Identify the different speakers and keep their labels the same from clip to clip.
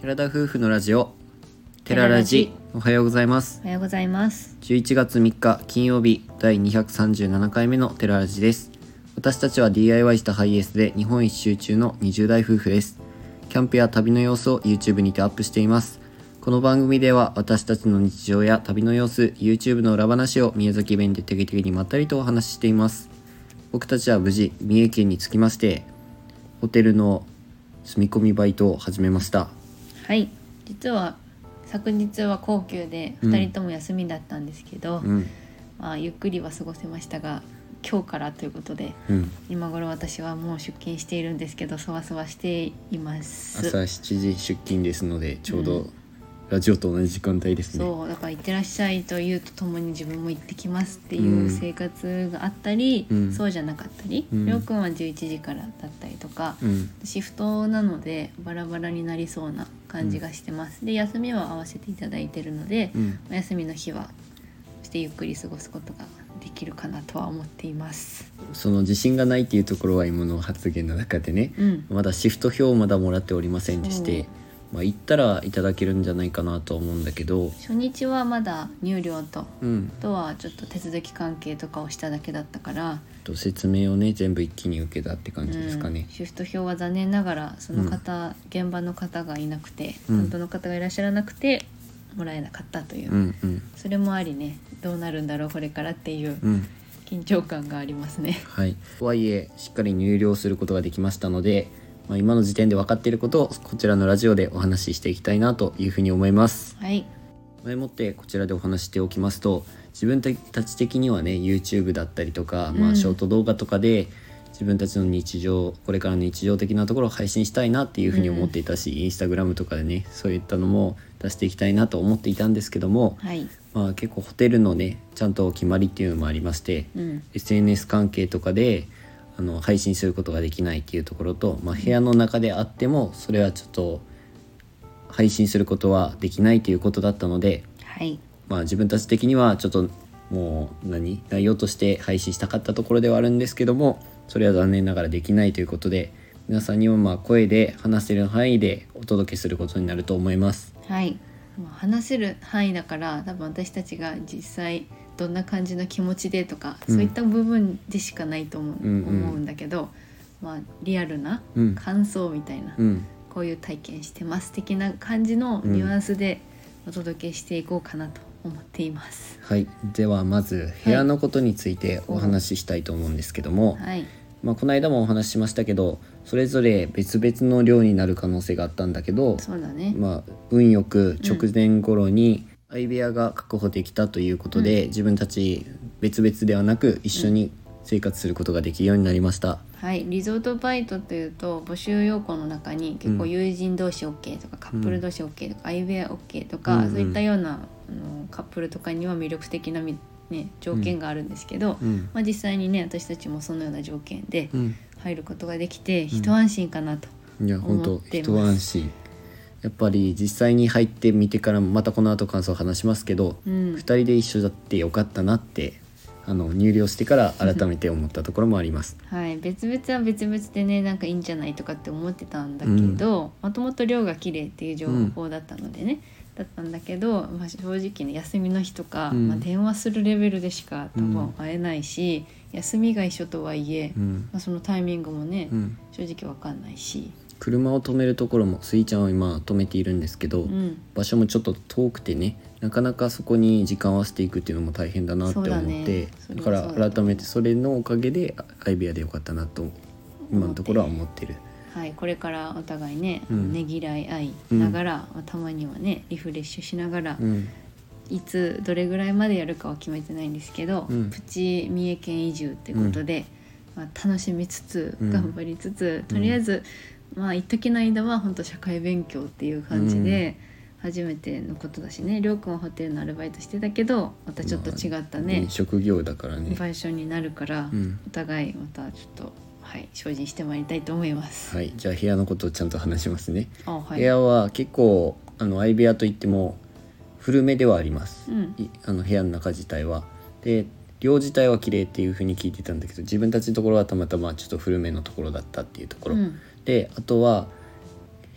Speaker 1: 寺田夫婦のラジオ寺ラジおはようございます
Speaker 2: おはようございます。
Speaker 1: 11月3日金曜日第237回目の寺ラジです私たちは DIY したハイエースで日本一周中の20代夫婦ですキャンプや旅の様子を YouTube にてアップしていますこの番組では私たちの日常や旅の様子 YouTube の裏話を宮崎弁でテケテケにまったりとお話ししています僕たちは無事三重県に着きましてホテルの住み込みバイトを始めました
Speaker 2: はい、実は昨日は高級で
Speaker 1: うん
Speaker 2: 2人とも休みだったんですけど、
Speaker 1: うん
Speaker 2: まあ、ゆっくりは過ごせましたが今日からということで
Speaker 1: うん
Speaker 2: 今頃私はもう出勤しているんですけどそわそわしています。
Speaker 1: 朝7時出勤ですのでちょう
Speaker 2: う
Speaker 1: どラジオと同じ時間帯ですね、
Speaker 2: そうだから「いってらっしゃい」と言うとともに自分も行ってきますって
Speaker 1: う
Speaker 2: い
Speaker 1: ん
Speaker 2: う生活があったり、
Speaker 1: うん
Speaker 2: そうじゃなかったり、
Speaker 1: うん
Speaker 2: りょうくんは11時からだったりとか、
Speaker 1: うん
Speaker 2: シフトなのでバラバラになりそうな感じがしてます、で休みは合わせていただいてるので、
Speaker 1: うん
Speaker 2: お休みの日はそしてゆっくり過ごすことができるかなとは思っています
Speaker 1: その自信がないっていうところは今の発言の中でね、
Speaker 2: うん
Speaker 1: まだシフト表をまだもらっておりませんでして
Speaker 2: そう
Speaker 1: まあ行ったらいただけるんじゃないかなとは思うんだけど
Speaker 2: 初日はまだ入寮と
Speaker 1: うん
Speaker 2: あとはちょっと手続き関係とかをしただけだったから、
Speaker 1: と説明をね全部一気に受けたって感じですか
Speaker 2: う
Speaker 1: ね
Speaker 2: ん、シフト表は残念ながらその方、現場の方がいなくて
Speaker 1: うん
Speaker 2: 担当の方がいらっしゃらなくてもらえなかったという、
Speaker 1: うんうん
Speaker 2: それもありねどうなるんだろうこれからっていう
Speaker 1: うん
Speaker 2: 緊張感がありますね。
Speaker 1: はい、とはいえしっかり入寮することができましたので、まあ、今の時点で分かっていることをこちらのラジオでお話ししていきたいなというふうに思います
Speaker 2: はい、
Speaker 1: 前もってこちらでお話ししておきますと自分たち的にはね YouTube だったりとか、ま
Speaker 2: う
Speaker 1: あ、
Speaker 2: ん
Speaker 1: ショート動画とかで自分たちの日常これからの日常的なところを配信したいなっていうふうに思っていたし、インスタグラムとかでねそういったのも出していきたいなと思っていたんですけども、
Speaker 2: はい、
Speaker 1: まあ、結構ホテルのねちゃんと決まりっていうのもありまして、
Speaker 2: うん、
Speaker 1: SNS 関係とかであの配信することができないっていうところと、まあ、部屋の中であってもそれはちょっと配信することはできないということだったので、
Speaker 2: はい、
Speaker 1: まあ、自分たち的にはちょっともう何内容として配信したかったところではあるんですけどもそれは残念ながらできないということで皆さんにもまあ声で話せる範囲でお届けすることになると思います。
Speaker 2: はい、まあ話せる範囲だから多分私たちが実際どんな感じの気持ちでとか、
Speaker 1: うん
Speaker 2: そういった部分でしかないと思う,、
Speaker 1: うんうん
Speaker 2: 思うんだけど、まあ、リアルな
Speaker 1: うん
Speaker 2: 感想みたいな、
Speaker 1: うん
Speaker 2: こういう体験してます的な感じのニュアンスでお届けしていこうかなと思っています。
Speaker 1: はい、ではまず部屋のことについてお話ししたいと思うんですけども、
Speaker 2: はい、
Speaker 1: まあ、この間もお話ししましたけどそれぞれ別々の寮になる可能性があったんだけど、
Speaker 2: そうだね。
Speaker 1: まあ、運よく直前頃に相部屋が確保できたということで、自分たち別々ではなく一緒に生活することができるようになりました。
Speaker 2: はい、リゾートバイトというと募集要項の中に結構
Speaker 1: うん
Speaker 2: 友人同士 OK とか、カップル同士 OK とか相部屋 OK とか、
Speaker 1: うんうん
Speaker 2: そういったようなあのカップルとかには魅力的なみ、ね、条件があるんですけど、
Speaker 1: うん
Speaker 2: まあ、実際にね私たちもそのような条件で
Speaker 1: うん、
Speaker 2: 入ることができて一安心かなと、
Speaker 1: いや本
Speaker 2: 思
Speaker 1: 当
Speaker 2: ってます
Speaker 1: 一安心やっぱり実際に入ってみてからもまたこの後感想を話しますけど、
Speaker 2: う
Speaker 1: 二
Speaker 2: ん
Speaker 1: 2人で一緒だってよかったなってあの入寮してから改めて思ったところもあります。
Speaker 2: はい、別々は別々でねなんかいいんじゃないとかって思ってたんだけどもともと量が綺麗っていう情報だったのでね、だったんだけど、まあ、正直ね休みの日とか、
Speaker 1: うん
Speaker 2: まあ、電話するレベルでしか多
Speaker 1: うん
Speaker 2: 分会えないし、休みが一緒とはいえ、
Speaker 1: うん
Speaker 2: まあ、そのタイミングもね、
Speaker 1: うん
Speaker 2: 正直わかんないし、
Speaker 1: 車を止めるところもスイちゃんは今止めているんですけど、
Speaker 2: うん、
Speaker 1: 場所もちょっと遠くてねなかなかそこに時間を合わせていくっていうのも大変だなって
Speaker 2: そ
Speaker 1: 思
Speaker 2: うだね
Speaker 1: って
Speaker 2: そ
Speaker 1: だ,、
Speaker 2: れはそうだ
Speaker 1: から改めてそれのおかげであ相部屋でよかったなと今のところは思ってる。
Speaker 2: はい、これからお互いね、
Speaker 1: うん
Speaker 2: ねぎらい合いながら、まあたまにはねリフレッシュしながら、
Speaker 1: うん
Speaker 2: いつどれぐらいまでやるかは決めてないんですけど、
Speaker 1: うん
Speaker 2: プチ三重県移住ってことで、まあ、楽しみつつ、
Speaker 1: うん
Speaker 2: 頑張りつつとりあえず、まあ一時の間は本当社会勉強っていう感じで、初めてのことだしねりょうくんはホテルのアルバイトしてたけどまたちょっと違ったね
Speaker 1: 飲、食業だからね。
Speaker 2: 場所になるから、
Speaker 1: うん
Speaker 2: お互いまたちょっと、はい、精進してまいりたいと思います。
Speaker 1: はい、じゃあ部屋のことをちゃんと話しますね。
Speaker 2: あは
Speaker 1: 部
Speaker 2: い、
Speaker 1: 屋は結構あの相部屋といっても古めではあります、
Speaker 2: うん
Speaker 1: いあの部屋の中自体は。で寮自体は綺麗っていう風に聞いてたんだけど自分たちのところはたまたまちょっと古めのところだったっていうところ、
Speaker 2: うん
Speaker 1: であとは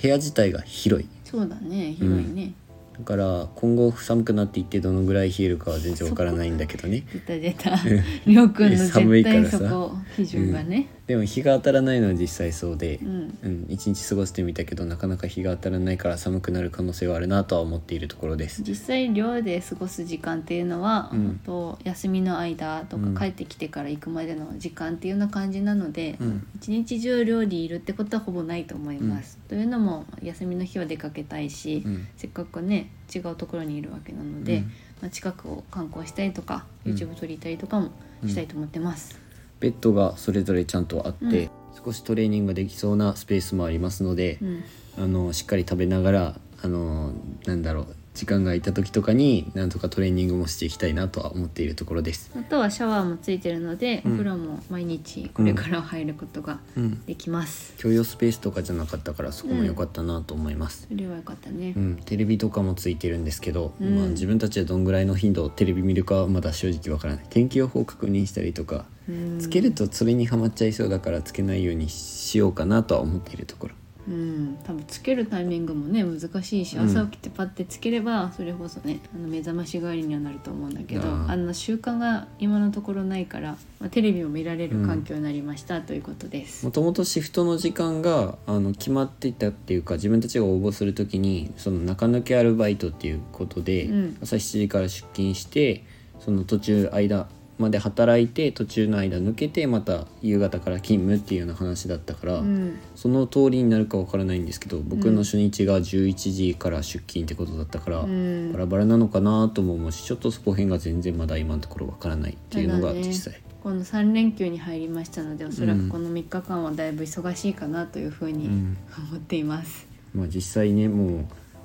Speaker 1: 部屋自体が広い
Speaker 2: そうだね広いね、
Speaker 1: だから今後寒くなっていってどのぐらい冷えるかは全然わからないんだけどね
Speaker 2: 出た出た りょうくんの
Speaker 1: 寒
Speaker 2: 絶
Speaker 1: いから
Speaker 2: 対
Speaker 1: さ
Speaker 2: そこ基準がね
Speaker 1: でも日が当たらないのは実際そうで
Speaker 2: う、ん、
Speaker 1: うん、一日過ごしてみたけどなかなか日が当たらないから寒くなる可能性はあるなとは思っているところです。
Speaker 2: 実際寮で過ごす時間っていうのは、
Speaker 1: うん
Speaker 2: 本当休みの間と
Speaker 1: うん
Speaker 2: か帰ってきてから行くまでの時間っていうような感じなので、
Speaker 1: うん、
Speaker 2: 一日中寮にいるってことはほぼないと思います、というのも休みの日は出かけたいし、
Speaker 1: うん、
Speaker 2: せっかくね違うところにいるわけなので、まあ、近くを観光したりとか、
Speaker 1: うん
Speaker 2: YouTube 撮りたりとかもしたいと思ってます、
Speaker 1: ベッドがそれぞれちゃんとあって、
Speaker 2: うん
Speaker 1: 少しトレーニングができそうなスペースもありますので
Speaker 2: う、ん
Speaker 1: あのしっかり食べながらあのなんだろう時間が空いた時とかになんとかトレーニングもしていきたいなとは思っているところです。
Speaker 2: あとはシャワーもついてるので、
Speaker 1: うん
Speaker 2: お風呂も毎日これから入ることが
Speaker 1: うん、
Speaker 2: できます、
Speaker 1: 共用スペースとかじゃなかったからそこも良かったなと思います。
Speaker 2: それはよかったね、
Speaker 1: うん、テレビとかもついてるんですけど、
Speaker 2: うん
Speaker 1: まあ、自分たちはどんぐらいの頻度をテレビ見るかはまだ正直わからない天気予報を確認したりとか
Speaker 2: うん
Speaker 1: つけるとそれにはまっちゃいそうだからつけないようにしようかなとは思っているところ
Speaker 2: うん多分つけるタイミングもね難しいし
Speaker 1: うん
Speaker 2: 朝起きてパッてつければそれこそねあの目覚まし代わりにはなると思うんだけど
Speaker 1: あー
Speaker 2: あの習慣が今のところないから、まあ、テレビを見られる環境になりました、ということです。
Speaker 1: もともとシフトの時間があの決まっていたっていうか自分たちが応募する時にその中抜けアルバイトっていうことで、
Speaker 2: うん
Speaker 1: 朝7時から出勤してその途中間まで働いて途中の間抜けてまた夕方から勤務っていうような話だったから。
Speaker 2: うん
Speaker 1: その通りになるかわからないんですけど僕の初日が11時から出勤ってことだったから、
Speaker 2: うん
Speaker 1: バラバラなのかなとも思うしちょっとそこ辺が全然まだ今のところわからないっていうのが
Speaker 2: ただね
Speaker 1: 実際、
Speaker 2: この3連休に入りましたのでおそら
Speaker 1: うん
Speaker 2: くこの3日間はだいぶ忙しいかなというふう
Speaker 1: う
Speaker 2: に
Speaker 1: ん
Speaker 2: 思っています。
Speaker 1: まあ、実際ねもう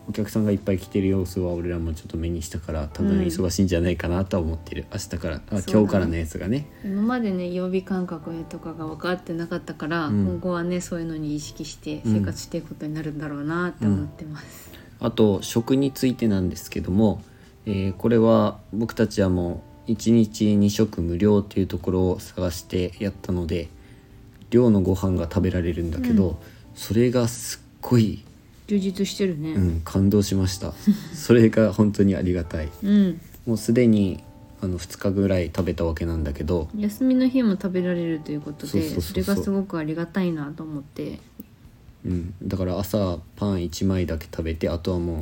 Speaker 1: お客さんがいっぱい来てる様子は俺らもちょっと目にしたから多分
Speaker 2: うん
Speaker 1: 忙しいんじゃないかなとは思ってる明日からあ
Speaker 2: そうだね
Speaker 1: 今日からのやつがね
Speaker 2: 今までね曜日感覚とかが分かってなかったから、
Speaker 1: うん
Speaker 2: 今後はねそういうのに意識して生活していくことになるんだろうなって思ってます。
Speaker 1: あと食についてなんですけども、えーこれは僕たちはもう1日2食無料っていうところを探してやったので寮のご飯が食べられるんだけど、
Speaker 2: うん
Speaker 1: それがすっごい、
Speaker 2: 充実してるね。
Speaker 1: うん、感動しましたそれが本当にありがたい
Speaker 2: うん、
Speaker 1: もうすでにあの2日ぐらい食べたわけなんだけど
Speaker 2: 休みの日も食べられるということで
Speaker 1: そ
Speaker 2: そう
Speaker 1: そうそうそう
Speaker 2: れがすごくありがたいなと思って
Speaker 1: うん、だから朝パン1枚だけ食べてあとはもう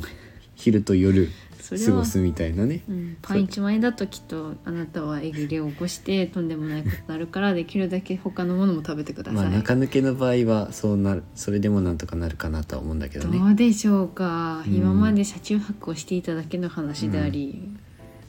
Speaker 1: 昼と夜
Speaker 2: それは
Speaker 1: 過ごすみたいなね
Speaker 2: うん、パン1枚だときっとあなたはえぐれを起こしてとんでもないことになるからできるだけ他のものも食べてくだ
Speaker 1: ま
Speaker 2: さ
Speaker 1: あ
Speaker 2: い、
Speaker 1: 中抜けの場合はそうなるそれでもなんとかなるかなとは思うんだけど
Speaker 2: ど
Speaker 1: ね、
Speaker 2: うでしょうか、
Speaker 1: うん
Speaker 2: 今まで車中泊をしていただけの話であり、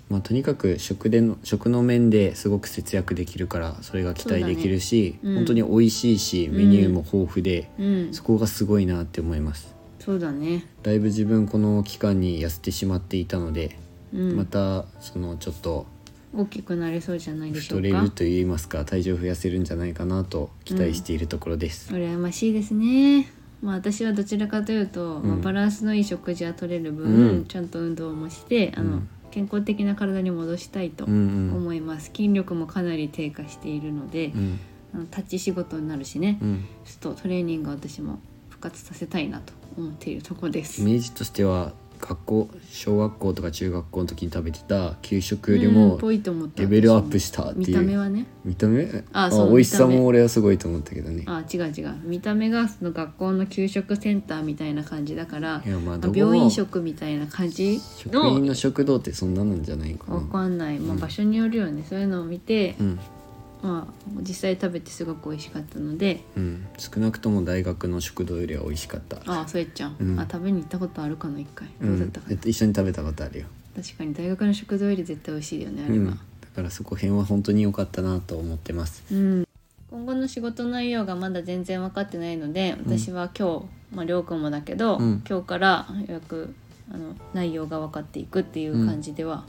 Speaker 1: まあ、とにかく食での食の面ですごく節約できるからそれが期待できるし、
Speaker 2: そうだねうん
Speaker 1: 本当に美味しいしメニューも豊富で、
Speaker 2: うん
Speaker 1: そ
Speaker 2: そ
Speaker 1: こがすごいなって思います
Speaker 2: うだね、
Speaker 1: だいぶ自分この期間に痩せてしまっていたので、
Speaker 2: うん
Speaker 1: またそのちょっと
Speaker 2: 大きくなれそうじゃないでし
Speaker 1: 太
Speaker 2: ょう
Speaker 1: れ
Speaker 2: か
Speaker 1: ると言いますか体重を増やせるんじゃないかなと期待しているところです、
Speaker 2: 羨ましいですねまあ私はどちらかというと、まあ
Speaker 1: うん
Speaker 2: バランスのいい食事は取れる分、
Speaker 1: うん
Speaker 2: ちゃんと運動もして、あ
Speaker 1: う
Speaker 2: の
Speaker 1: ん
Speaker 2: 健康的な体に戻したいと
Speaker 1: うんうん
Speaker 2: 思います、筋力もかなり低下しているので、
Speaker 1: うん
Speaker 2: あの立ち仕事になるしね、
Speaker 1: うん
Speaker 2: ちょっとトレーニングを私も復活させたいなと思っているところです、
Speaker 1: イメージとしては学校小学校とか中学校の時に食べてた給食よりも
Speaker 2: うん遠いと思った
Speaker 1: レベルアップしたっていう
Speaker 2: 見た目はね
Speaker 1: 見た目
Speaker 2: あ
Speaker 1: あ
Speaker 2: そう
Speaker 1: 美味しさ
Speaker 2: 見た
Speaker 1: も
Speaker 2: 目
Speaker 1: 俺はすごいと思ったけどね
Speaker 2: あ違う違う見た目がその学校の給食センターみたいな感じだから
Speaker 1: いやまあどこも
Speaker 2: 病院食みたいな感じ
Speaker 1: 職
Speaker 2: の
Speaker 1: 員の食堂ってそんななんじゃないかな
Speaker 2: わかんない、ま
Speaker 1: う
Speaker 2: あ、
Speaker 1: ん
Speaker 2: 場所によるよね、そういうのを見て、
Speaker 1: うん
Speaker 2: まあ、実際食べてすごく美味しかったので
Speaker 1: うん少なくとも大学の食堂よりは美味しかった
Speaker 2: ああそうやっちゃん、
Speaker 1: うん
Speaker 2: あ食べに行ったことあるかな一回
Speaker 1: う
Speaker 2: どうだっ
Speaker 1: ん
Speaker 2: たか
Speaker 1: え
Speaker 2: な、
Speaker 1: っと一緒に食べたことあるよ
Speaker 2: 確かに大学の食堂より絶対美味しいよねあ
Speaker 1: う
Speaker 2: れ
Speaker 1: ん
Speaker 2: は
Speaker 1: だ、からそこ辺は本当に良かったなと思ってます
Speaker 2: うん今後の仕事内容がまだ全然分かってないので
Speaker 1: うん
Speaker 2: 私は今日、まあ、りょうくんもだけど、
Speaker 1: うん
Speaker 2: 今日からようやくあの内容が分かっていくっていう感じでは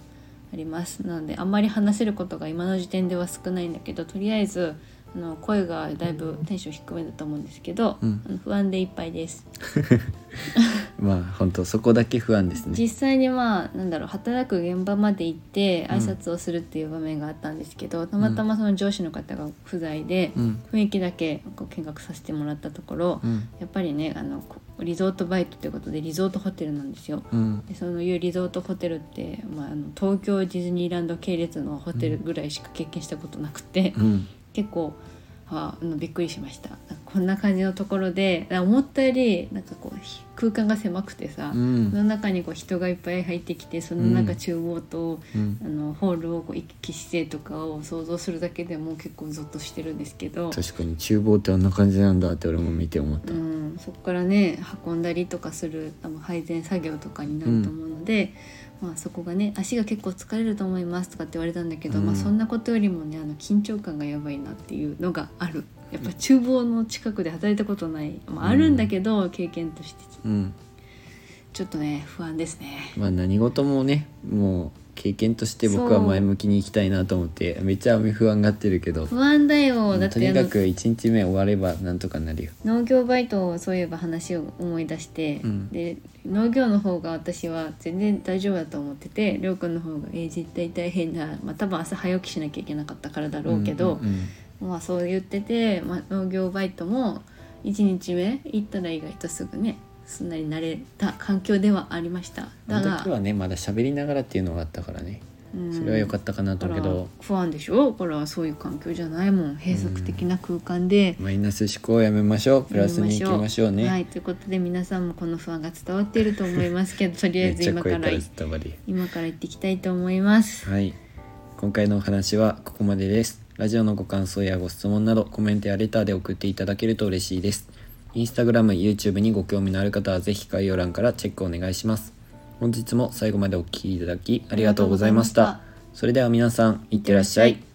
Speaker 2: あります、なのであんまり話せることが今の時点では少ないんだけどとりあえずあの声がだいぶテンション低めだと思うんですけど、
Speaker 1: うん
Speaker 2: あの不安でいっぱいです。
Speaker 1: まあ本当そこだけ不安ですね
Speaker 2: 実際にまあなんだろう働く現場まで行って
Speaker 1: うん
Speaker 2: 挨拶をするっていう場面があったんですけど、たまたまその上司の方が不在で、
Speaker 1: うん
Speaker 2: 雰囲気だけこう見学させてもらったところ、
Speaker 1: うん
Speaker 2: やっぱりねあのこリゾートバイトってことでリゾートホテルなんですよ。
Speaker 1: うん
Speaker 2: でそのいうリゾートホテルって、まあ、あの東京ディズニーランド系列のホテルぐらいしか経験したことなくて、
Speaker 1: うん
Speaker 2: 結構ああのびっくりしましたなんかこんな感じのところでなんか思ったよりなんかこうひ空間が狭くてさ、
Speaker 1: うん
Speaker 2: その中にこう人がいっぱい入ってきてその
Speaker 1: う
Speaker 2: 中
Speaker 1: ん
Speaker 2: 厨房と、
Speaker 1: うん
Speaker 2: あのホールをこう行き来してとかを想像するだけでもう結構ゾッとしてるんですけど。
Speaker 1: 確かに厨房ってあんな感じなんだって俺も見て思っ
Speaker 2: う
Speaker 1: た、
Speaker 2: ん、そこからね運んだりとかするあの配膳作業とかになると思うので、まあ、そこがね「足が結構疲れると思います」とかって言われたんだけど、
Speaker 1: うん
Speaker 2: まあ、そんなことよりもねあの緊張感がやばいなっていうのがあるやっぱ厨房の近くで働いたことない、まあ、あるんだけど、経験として
Speaker 1: うん、
Speaker 2: ちょっとね不安ですね。
Speaker 1: まあ何事もねもう経験として僕は
Speaker 2: そう
Speaker 1: 前向きにいきたいなと思ってめっちゃ不安がってるけど
Speaker 2: 不安だよだっ
Speaker 1: と
Speaker 2: てあ
Speaker 1: にか
Speaker 2: の
Speaker 1: く1日目終わればなんとかなるよ
Speaker 2: 農業バイトをそういえば話を思い出して、
Speaker 1: うん
Speaker 2: で農業の方が私は全然大丈夫だと思っててりょうくんの方が「えー絶対大変だ」まあ多分朝早起きしなきゃいけなかったからだろうけど、
Speaker 1: うん
Speaker 2: まあそう言ってて、まあ、農業バイトも1日目行ったら意外とすぐねすんなり慣れた環境ではありました
Speaker 1: うんう
Speaker 2: だ
Speaker 1: ん、あの
Speaker 2: が
Speaker 1: 時はねまだ喋りながらっていうのがあったからね
Speaker 2: うん
Speaker 1: それは良かったかなと
Speaker 2: だ
Speaker 1: 思
Speaker 2: か
Speaker 1: うけ
Speaker 2: ら
Speaker 1: ど、
Speaker 2: 不安でしょこれはそういう環境じゃないもん閉塞的な空間で、
Speaker 1: マイナス思考をやめましょうプラスに行きましょうね
Speaker 2: はい、ということで皆さんもこの不安が伝わっていると思いますけどとりあ
Speaker 1: め
Speaker 2: え
Speaker 1: っ
Speaker 2: ず
Speaker 1: ちゃ
Speaker 2: 今
Speaker 1: 声
Speaker 2: か
Speaker 1: からら伝わり
Speaker 2: 今から行っていきたいと思います。
Speaker 1: はい今回のお話はここまでですラジオのご感想やご質問などコメントやレターで送っていただけると嬉しいですインスタグラム YouTube にご興味のある方はぜひ概要欄からチェックお願いします本日も最後までお聴きいただきありがとうございました
Speaker 2: ありがとうござい
Speaker 1: それでは皆さんいってらっしゃい